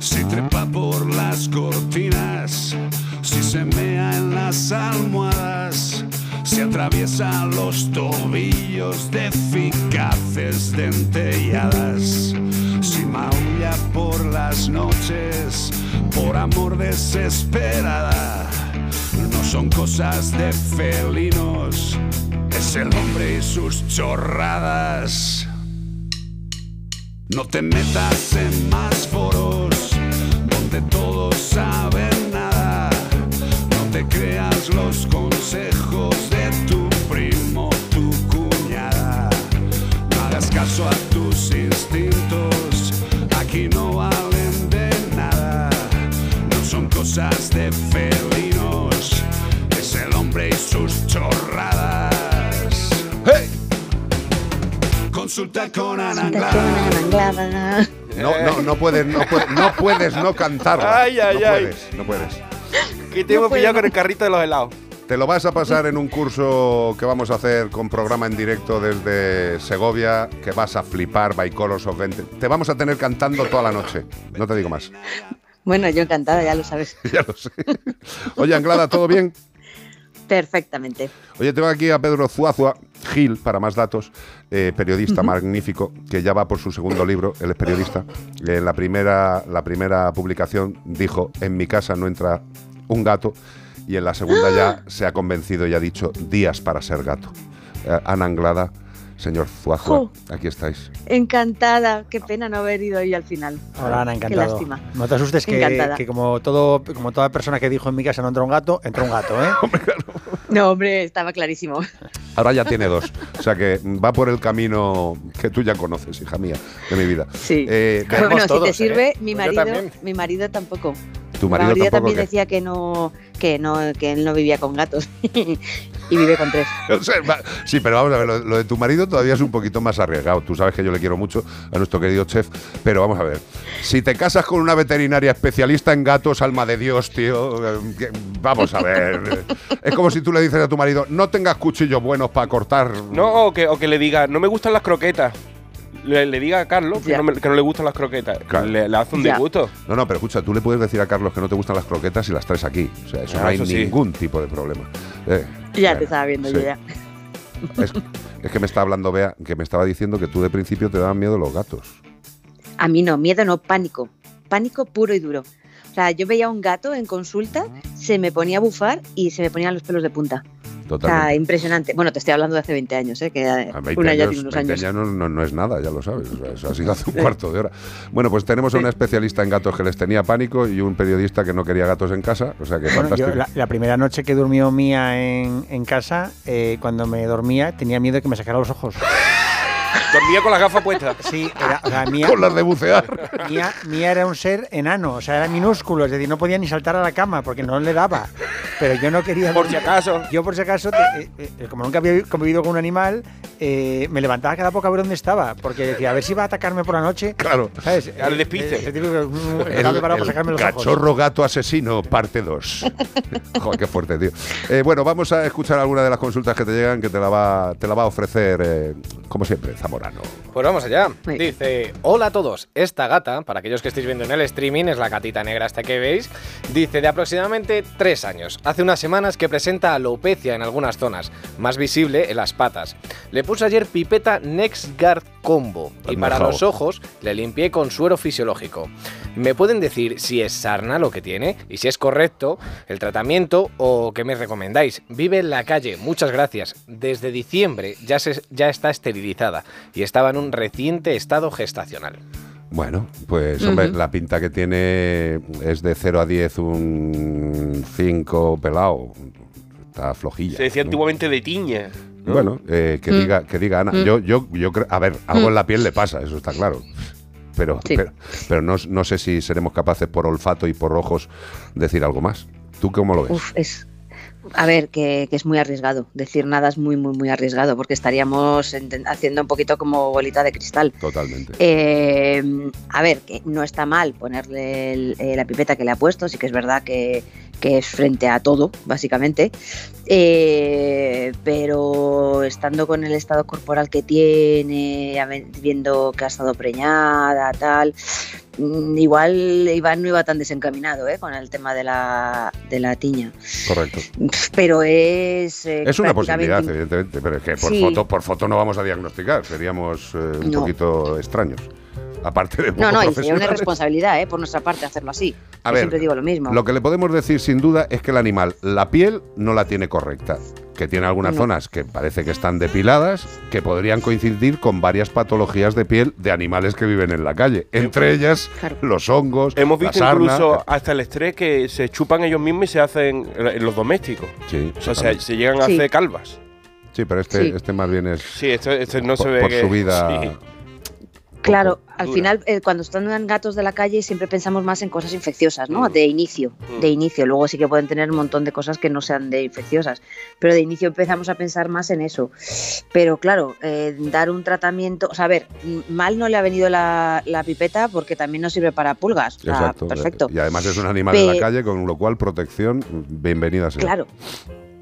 si trepa por las cortinas, si se mea en las almohadas, si atraviesa los tobillos de eficaces dentelladas, si maulla por las noches, por amor desesperada. No son cosas de felinos, es el hombre y sus chorradas. No te metas en más foros donde todos saben nada. No te creas los consejos de tu primo, tu cuñada. No hagas caso a tus instintos, aquí no valen de nada. No son cosas de felinos, es el hombre y sus chorradas. ¡Hey! Consulta con Ana Clara. Anglada. No, no, no puedes, no puedes, no puedes no cantarla. Eh. Ay, ay, no ay. Puedes, no puedes. Que te hemos pillado con el carrito de los helados. Te lo vas a pasar en un curso que vamos a hacer con programa en directo desde Segovia, que vas a flipar, by Colors of Vente. Te vamos a tener cantando toda la noche. No te digo más. Bueno, yo encantada, ya lo sabes. Ya lo sé. Oye, Anglada, ¿todo bien? Perfectamente. Oye, tengo aquí a Pedro Zuazua Gil, para más datos, eh, periodista magnífico, que ya va por su segundo libro, él es periodista. En la primera, la primera publicación dijo, en mi casa no entra un gato, y en la segunda ¡Ah! ya se ha convencido y ha dicho, días para ser gato. Eh, Ana Anglada, señor Zuazua, Jo. aquí estáis. Encantada, qué pena no haber ido hoy al final. Hola Ana, encantado. Qué lástima. No te asustes que, Encantada. que como todo, como toda persona que dijo en mi casa no entró un gato, entró un gato, ¿eh? No, hombre, estaba clarísimo. Ahora ya tiene dos, o sea que va por el camino que tú ya conoces, hija mía, de mi vida. Sí. Eh, Pero bueno, si todos, te ¿eh? sirve, mi Yo marido, también. mi marido tampoco. tu mi marido marido tampoco... también ¿qué? decía que no, que no, que él no vivía con gatos y vive con tres. O sea, va- Sí, pero vamos a ver, lo, lo de tu marido todavía es un poquito más arriesgado. Tú sabes que yo le quiero mucho a nuestro querido chef, pero vamos a ver. Si te casas con una veterinaria especialista en gatos, alma de Dios, tío, eh, que- vamos a ver. Es como si tú le dices a tu marido, no tengas cuchillos buenos para cortar. No, o que, o que le diga, no me gustan las croquetas. Le, le diga a Carlos que Ya. no, me- que no le gustan las croquetas. Claro. Le, le hace un Ya. disgusto. No, no, pero escucha, tú le puedes decir a Carlos que no te gustan las croquetas y las traes aquí. O sea, eso Ah, no hay eso sí. ningún tipo de problema. Eh, Ya claro, te estaba viendo sí. yo ya. Es, es que me está hablando Bea, que me estaba diciendo que tú de principio te daban miedo los gatos. A mí no, miedo no, pánico. Pánico puro y duro. O sea, yo veía a un gato en consulta, se me ponía a bufar y se me ponían los pelos de punta. O Totalmente. sea, impresionante. Bueno, te estoy hablando de hace 20 años, ¿eh? que eh, A 20 una ya Ah, años, tiene unos 20 años. años no- no, no es nada, ya lo sabes. O sea, eso ha sido hace un cuarto de hora. Bueno, pues tenemos a una especialista en gatos que les tenía pánico y un periodista que no quería gatos en casa. O sea, que Bueno, yo fantástico. la, la primera noche que durmió mía en, en casa, eh, cuando me dormía, tenía miedo de que me sacara los ojos. Dormía con las gafas puestas. Sí, era, o sea, mía, Con las de bucear. mía, mía era un ser enano, o sea, era minúsculo, es decir, no podía ni saltar a la cama porque no le daba. Pero yo no quería. Por si acaso. Yo, por si acaso, te- eh, eh, como nunca había convivido con un animal, eh, me levantaba cada poco a ver dónde estaba, porque decía, a ver si va a atacarme por la noche. Claro. ¿Sabes? Al Eh, despiste. eh, ese típico que, mm, El, estaba preparado para el sacarme los ojos. cachorro gato asesino, parte 2. Joder, qué fuerte, tío. Eh, bueno, vamos a escuchar alguna de las consultas que te llegan que te la va, te la va a ofrecer, eh, como siempre, Zamorano. Pues vamos allá. Muy bien. Dice, hola a todos. Esta gata, para aquellos que estáis viendo en el streaming, es la gatita negra hasta que veis. Dice, de aproximadamente tres años. Hace unas semanas que presenta alopecia en algunas zonas, más visible en las patas. Le puse ayer pipeta Next Guard Combo y Has para mejao. los ojos le limpié con suero fisiológico. ¿Me pueden decir si es sarna lo que tiene y si es correcto el tratamiento o qué me recomendáis? Vive en la calle, muchas gracias. Desde diciembre ya, se, ya está esterilizada y estaba en un reciente estado gestacional. Bueno, pues hombre, Ujú. la pinta que tiene es de 0 a 10 un 5 pelado. Está flojilla. Se decía ¿no? antiguamente de tiña. ¿no? Bueno, eh, que, Mm. diga, que diga Ana. Mm. Yo, yo, yo creo, a ver, algo Mm. en la piel le pasa, eso está claro. Pero, Sí. pero, pero no, no sé si seremos capaces por olfato y por ojos decir algo más. ¿Tú cómo lo ves? Uf, es. A ver, que, que es muy arriesgado. Decir nada es muy, muy, muy arriesgado, porque estaríamos enten- haciendo un poquito como bolita de cristal. Totalmente. Eh, a ver, que no está mal ponerle el- eh, la pipeta que le ha puesto, sí que es verdad que, que es frente a todo, básicamente, Eh, pero estando con el estado corporal que tiene, a ver, viendo que ha estado preñada, tal, mm, igual Iván no iba tan desencaminado ¿eh? con el tema de la, de la tiña. Correcto. Pero es. eh, Es una prácticamente posibilidad, im- evidentemente, pero es que por, Sí. foto, por foto no vamos a diagnosticar, seríamos eh, un No. poquito extraños. Aparte de No, poco no, y sería una profesionales. irresponsabilidad ¿eh? por nuestra parte hacerlo así. A Yo ver, siempre digo lo mismo. Lo que le podemos decir sin duda es que el animal, la piel no la tiene correcta, que tiene algunas No. zonas que parece que están depiladas, que podrían coincidir con varias patologías de piel de animales que viven en la calle, entre ellas Claro. los hongos, Hemos la visto sarna, eh. incluso hasta el estrés que se chupan ellos mismos y se hacen eh, los domésticos. Sí, O sea, se, totalmente. se llegan a Sí. hacer calvas. Sí, pero este, Sí. Ah, este más bien es Sí, esto, esto no por, se ve por que- su vida. sí. Claro, poco al dura. final eh, cuando están gatos de la calle siempre pensamos más en cosas infecciosas, ¿no? Mm. De inicio, Mm. de inicio. Luego sí que pueden tener un montón de cosas que no sean de infecciosas, pero de inicio empezamos a pensar más en eso. Pero claro, eh, dar un tratamiento, o sea, a ver, m- mal no le ha venido la, la pipeta porque también nos sirve para pulgas. O sea, Exacto. perfecto. Y además es un animal de la Pe- calle, con lo cual protección, bienvenida sea. Claro,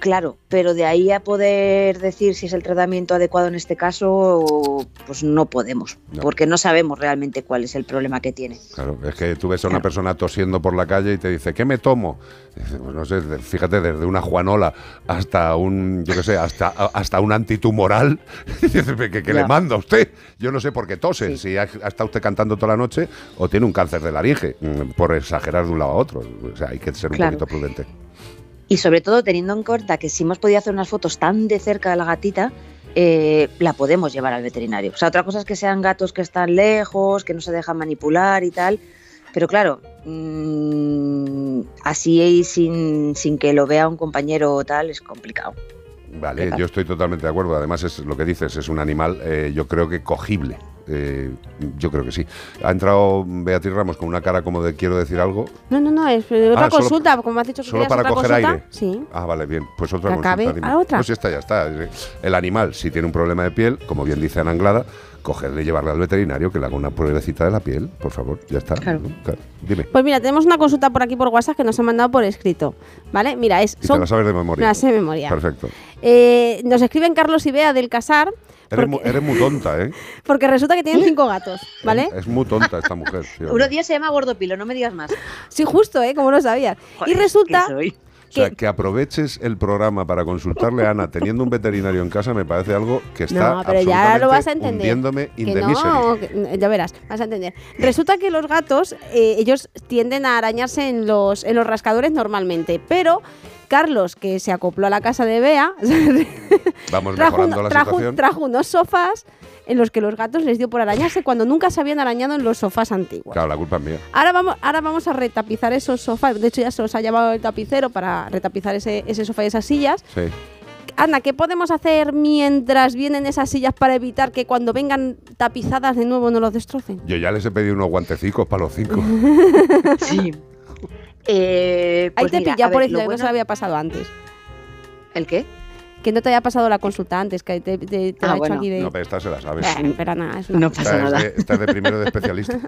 claro, pero de ahí a poder decir si es el tratamiento adecuado en este caso, pues no podemos, No. porque no sabemos realmente cuál es el problema que tiene. Claro, es que tú ves a una Claro. persona tosiendo por la calle y te dice, ¿qué me tomo? Y dice, pues no sé, de- fíjate, desde una juanola hasta un, yo qué sé, hasta, a- hasta un antitumoral. Y dices, "¿Pero ¿qué, qué le Ya. manda a usted? Yo no sé por qué tose, si ha, ha estado usted cantando toda la noche o tiene un cáncer de laringe, mm, por exagerar de un lado a otro. O sea, hay que ser Claro. un poquito prudente. Y sobre todo teniendo en cuenta que si hemos podido hacer unas fotos tan de cerca de la gatita, eh, la podemos llevar al veterinario. O sea, otra cosa es que sean gatos que están lejos, que no se dejan manipular y tal. Pero claro, mm, así y sin, sin que lo vea un compañero o tal es complicado. Vale, Venga. yo estoy totalmente de acuerdo. Además, es lo que dices, es un animal, eh, yo creo que cogible. Eh, yo creo que sí. Ha entrado Beatriz Ramos con una cara como de quiero decir algo. No, no, no, es eh, otra Ah, solo- consulta, como has dicho que Solo querías para otra coger consulta. aire. Sí. Ah, vale, bien. Pues otra ¿Que consulta. acabe? dime. ¿A otra? No, si está, ya está. El animal, si tiene un problema de piel, como bien dice Ana Anglada, cogerle y llevarle al veterinario que le haga una pruebecita de la piel, por favor. Ya está. Claro. ¿no? Claro. Dime. Pues mira, tenemos una consulta por aquí por WhatsApp que nos han mandado por escrito. ¿Vale? Mira, es. Y te la sabes de memoria. Me la sé de memoria. Perfecto. Eh, nos escriben Carlos y Bea del Casar. Eres, Porque, mu- eres muy tonta, ¿eh? porque resulta que tienen cinco gatos, ¿vale? Es muy tonta esta mujer. sí, Uno de ellos se llama Gordopilo, no me digas más. Sí, justo, ¿eh? Como lo sabías. Y Joder, resulta ¿qué soy? O sea, que- que aproveches el programa para consultarle a Ana teniendo un veterinario en casa me parece algo que está No, pero ya lo vas a absolutamente entender. hundiéndome in que the misery. no, que- ya verás, vas a entender. Resulta que los gatos, eh, ellos tienden a arañarse en los, en los rascadores normalmente, pero Carlos, que se acopló a la casa de Bea, Vamos trajo, Pues mejorando un- la trajo- situación. trajo unos sofás en los que los gatos les dio por arañarse cuando nunca se habían arañado en los sofás antiguos. Claro, la culpa es mía. Ahora vamos, ahora vamos a retapizar esos sofás. De hecho, ya se os ha llamado el tapicero para retapizar ese, ese sofá y esas sillas. Sí. Ana, ¿qué podemos hacer mientras vienen esas sillas para evitar que cuando vengan tapizadas de nuevo no los destrocen? Yo ya les he pedido unos guantecicos para los cinco. Sí. Eh, Ahí pues te mira, pilla a por ver, eso, lo que no se bueno- lo había pasado antes. ¿El qué? Que no te había pasado la consulta antes, que te, te- te Ah, la he hecho bueno. aquí de. No, pero esta se la sabes. Bueno, pero nada, es una- No pasa Esta es, nada. de, esta es de primero de especialista.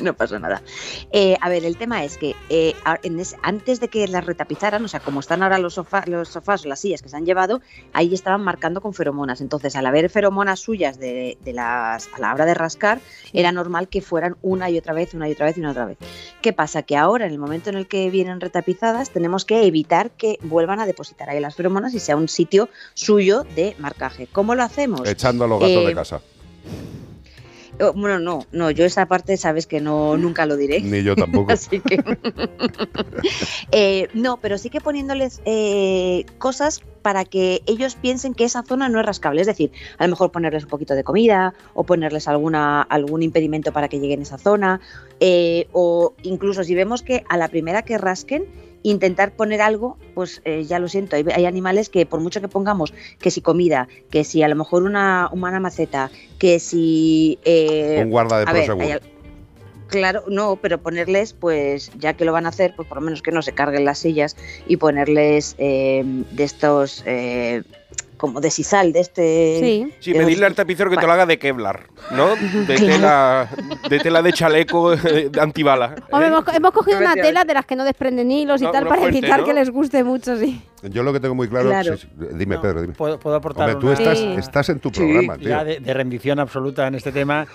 no pasa nada. Eh, a ver, el tema es que eh, a- en ese- antes de que las retapizaran, o sea, como están ahora los, sofá- los sofás o las sillas que se han llevado, ahí estaban marcando con feromonas. Entonces, al haber feromonas suyas de, de las, a la hora de rascar, era normal que fueran una y otra vez, una y otra vez y una otra vez. ¿Qué pasa? Que ahora, en el momento en el que vienen retapizadas, tenemos que evitar que vuelvan a depositar ahí las feromonas y sea un sitio suyo de marcaje. ¿Cómo lo hacemos? Echando a los gatos de Eh, casa. Eh, Bueno, no, no, yo esa parte sabes que no nunca lo diré. Ni yo tampoco. Así que. Eh, no, pero sí que poniéndoles eh, cosas para que ellos piensen que esa zona no es rascable. Es decir, a lo mejor ponerles un poquito de comida o ponerles alguna, algún impedimento para que lleguen a esa zona. eh, o incluso si vemos que a la primera que rasquen, intentar poner algo, pues eh, ya lo siento, hay, hay animales que por mucho que pongamos que si comida, que si a lo mejor una humana maceta, que si... eh, Un guarda de a ver, proseguro. hay al- Claro, no, pero ponerles, pues ya que lo van a hacer, pues por lo menos que no se carguen las sillas y ponerles eh, de estos, eh, como de sisal, de este. Sí. Sí, pedirle al tapicero que te lo haga de Kevlar, ¿no? De tela de, tela de chaleco eh, de antibala. Hombre, ¿eh? hemos, co- hemos cogido una Efectivamente. tela de las que no desprenden hilos y No, tal una para fuerte, evitar ¿no? que les guste mucho, sí. Yo lo que tengo muy claro. Claro. sí, sí, dime, Pedro, dime. Puedo, puedo aportar Hombre, tú una- estás, Sí. estás en tu Sí. programa, tío. ya de, de rendición absoluta en este tema.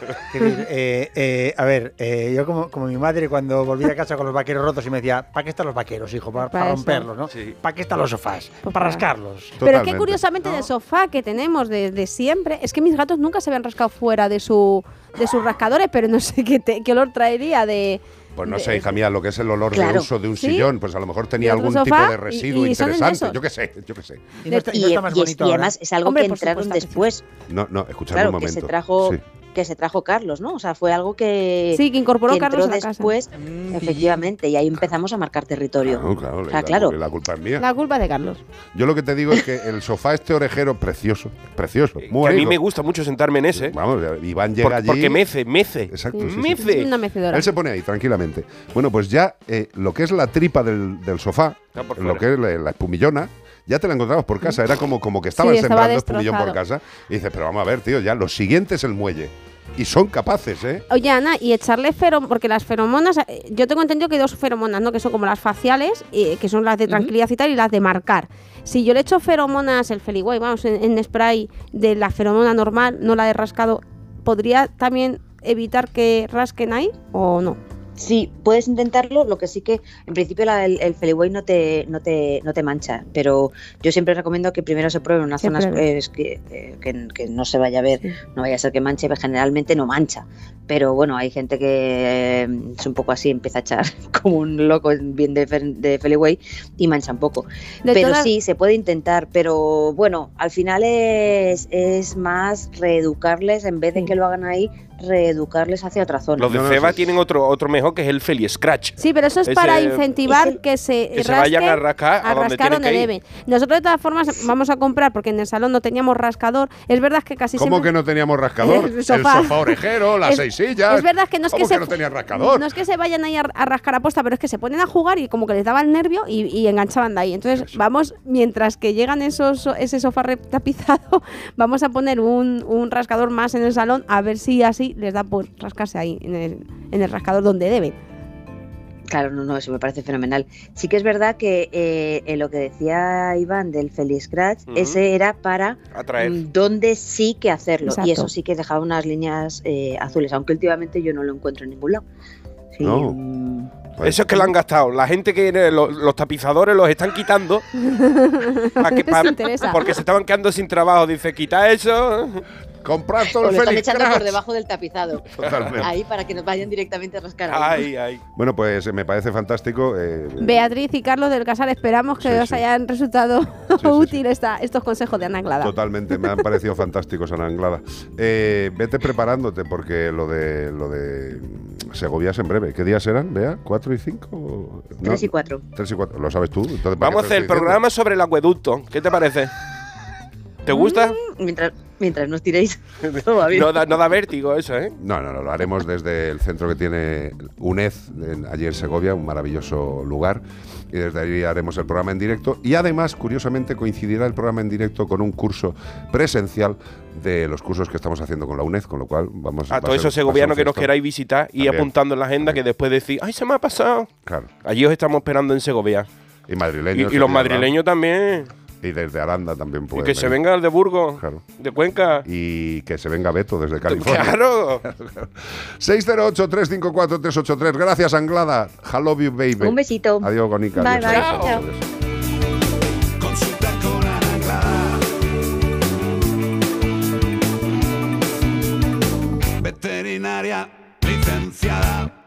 Quiero decir, eh, eh, a ver, eh, yo como, como mi madre cuando volvía a casa con los vaqueros rotos y me decía, ¿para qué están los vaqueros, hijo? Para, Para para eso. romperlos, ¿no? ¿Para qué están los sofás? Pues para para- rascarlos. Pero es que Totalmente. curiosamente en el sofá que tenemos desde siempre, es que mis gatos nunca se habían rascado fuera de su de sus rascadores, pero no sé qué, te- qué olor traería de... Pues no de- sé, hija mía, lo que es el olor de Claro. uso de un Sí. sillón, pues a lo mejor tenía otro algún tipo sofá de y- residuo y son interesante. esos. Yo qué sé, yo qué sé. Y no está, y no y, está más y es- bonito y ahora. además es algo Hombre, que por entraron supuesto, después, No, no, escuchadme claro, un que momento. se trajo Sí. que se trajo Carlos, ¿no? O sea, fue algo que, Sí, que incorporó que Carlos entró a la casa. después, Mm. efectivamente, y ahí empezamos a marcar territorio. Claro, claro, O sea, la- Ah, claro. la culpa es mía. La culpa es de Carlos. Yo lo que te digo es que el sofá este orejero precioso, precioso, Eh, Que muy a mí rico. me gusta mucho sentarme en ese. Vamos, Iván llega porque, allí. porque mece, mece. Exacto, sí, sí. Mece. Una mecedora. Él se pone ahí tranquilamente. Bueno, pues ya eh, lo que es la tripa del, del sofá, Está por lo fuera. que es la, la espumillona, ya te la encontramos por casa. Era como, como que estaban Sí, estaba sembrando espumillón por destrozado. casa. Y dices, pero vamos a ver, tío, ya lo siguiente es el muelle. Y son capaces, ¿eh? Oye, Ana, y echarle feromonas, porque las feromonas, eh, yo tengo entendido que hay dos feromonas, ¿no? Que son como las faciales, eh, que son las de tranquilidad y tal, y las de marcar. Si yo le echo feromonas, el feligüey, vamos, en, en spray de la feromona normal, no la de rascado, ¿podría también evitar que rasquen ahí o no? Sí, puedes intentarlo, lo que sí que en principio la- el, el Feliway no te, no, te, no te mancha, pero yo siempre recomiendo que primero se pruebe en unas Se zonas pruebe. eh, es que, eh, que- que no se vaya a ver, no vaya a ser que manche, pero generalmente no mancha, pero bueno, hay gente que eh, es un poco así, empieza a echar como un loco bien de, fer- de Feliway y mancha un poco, De pero todas- sí, se puede intentar, pero bueno, al final es, es más reeducarles, en vez de Sí. que lo hagan ahí, reeducarles hacia otra zona. Los de No, no, Ceba sí. tienen otro, otro mejor que es el Feli Scratch. Sí, pero eso es Ese- para incentivar ese- que se, que se rasquen, vayan a rascar a donde rascar tienen donde que ir. deben. Nosotros de todas formas vamos a comprar porque en el salón no teníamos rascador. Es verdad que casi ¿Cómo siempre que no teníamos rascador? El sofá. El sofá orejero, las Es- seis sillas. Es verdad que no es ¿Cómo que, se, no tenía rascador? no es que se vayan ahí a, a rascar aposta, pero es que se ponen a jugar y como que les daba el nervio y, y enganchaban de ahí. Entonces, vamos, mientras que llegan esos ese sofá retapizado, vamos a poner un, un rascador más en el salón a ver si así les da por rascarse ahí en el, en el rascador donde deben. Claro, no, no, eso me parece fenomenal. Sí que es verdad que eh, eh, lo que decía Iván del Feliz Scratch, Ujú. ese era para Atraer. mm, donde sí que hacerlo. Exacto. Y eso sí que dejaba unas líneas eh, azules, aunque últimamente yo no lo encuentro en ningún lado. Sí, No. mm, Pues, Eso es que lo han gastado. La gente que eh, lo- los tapizadores los están quitando. pa' que- pa- Les interesa. porque se estaban quedando sin trabajo. Dice, quita eso. Comprad o todo lo el están Félix echando Crash. por debajo del tapizado. Totalmente. Ahí para que nos vayan directamente a rascar. algo. Ay, ay. Bueno, pues eh, me parece fantástico. eh, Beatriz y Carlos del Casal, esperamos que Sí, os sí. hayan resultado sí. útil esta- estos consejos de Ana Anglada. Totalmente, me han parecido fantásticos Ana Anglada. Eh, vete preparándote porque lo de lo de Segovia es en breve. ¿Qué días serán? Vea, cuatro y cinco. No, Tres y cuatro. tres y cuatro. Lo sabes tú. Entonces, ¿para qué Vamos a te hacer el estoy diciendo? programa sobre el acueducto. ¿Qué te parece? ¿Te gusta? Mm, Mientras, mientras nos tiréis, todo va bien. No da, no da vértigo eso, ¿eh? No, no, no, lo haremos desde el centro que tiene UNED, en- allí en Segovia, un maravilloso lugar. Y desde ahí haremos el programa en directo. Y además, curiosamente, coincidirá el programa en directo con un curso presencial de los cursos que estamos haciendo con la UNED, con lo cual vamos va A todos ser- va esos ser un segovianos que nos fiestón. queráis visitar y También. apuntando en la agenda que después decís, ¡ay, se me ha pasado! Claro. Allí os estamos esperando en Segovia. Y Y, madrileños. y los aquí, ¿verdad? madrileños también. Y desde Aranda también Y puede. que se venga el de Burgos, Claro. de Cuenca. Y que se venga Beto desde California. Claro. 608-354-383. Gracias, Anglada. I love you, baby. Un besito. Adiós, Gonica. Bye, Adiós, bye. adiós, Chao. adiós. Consulta con Ana Clara. Veterinaria licenciada.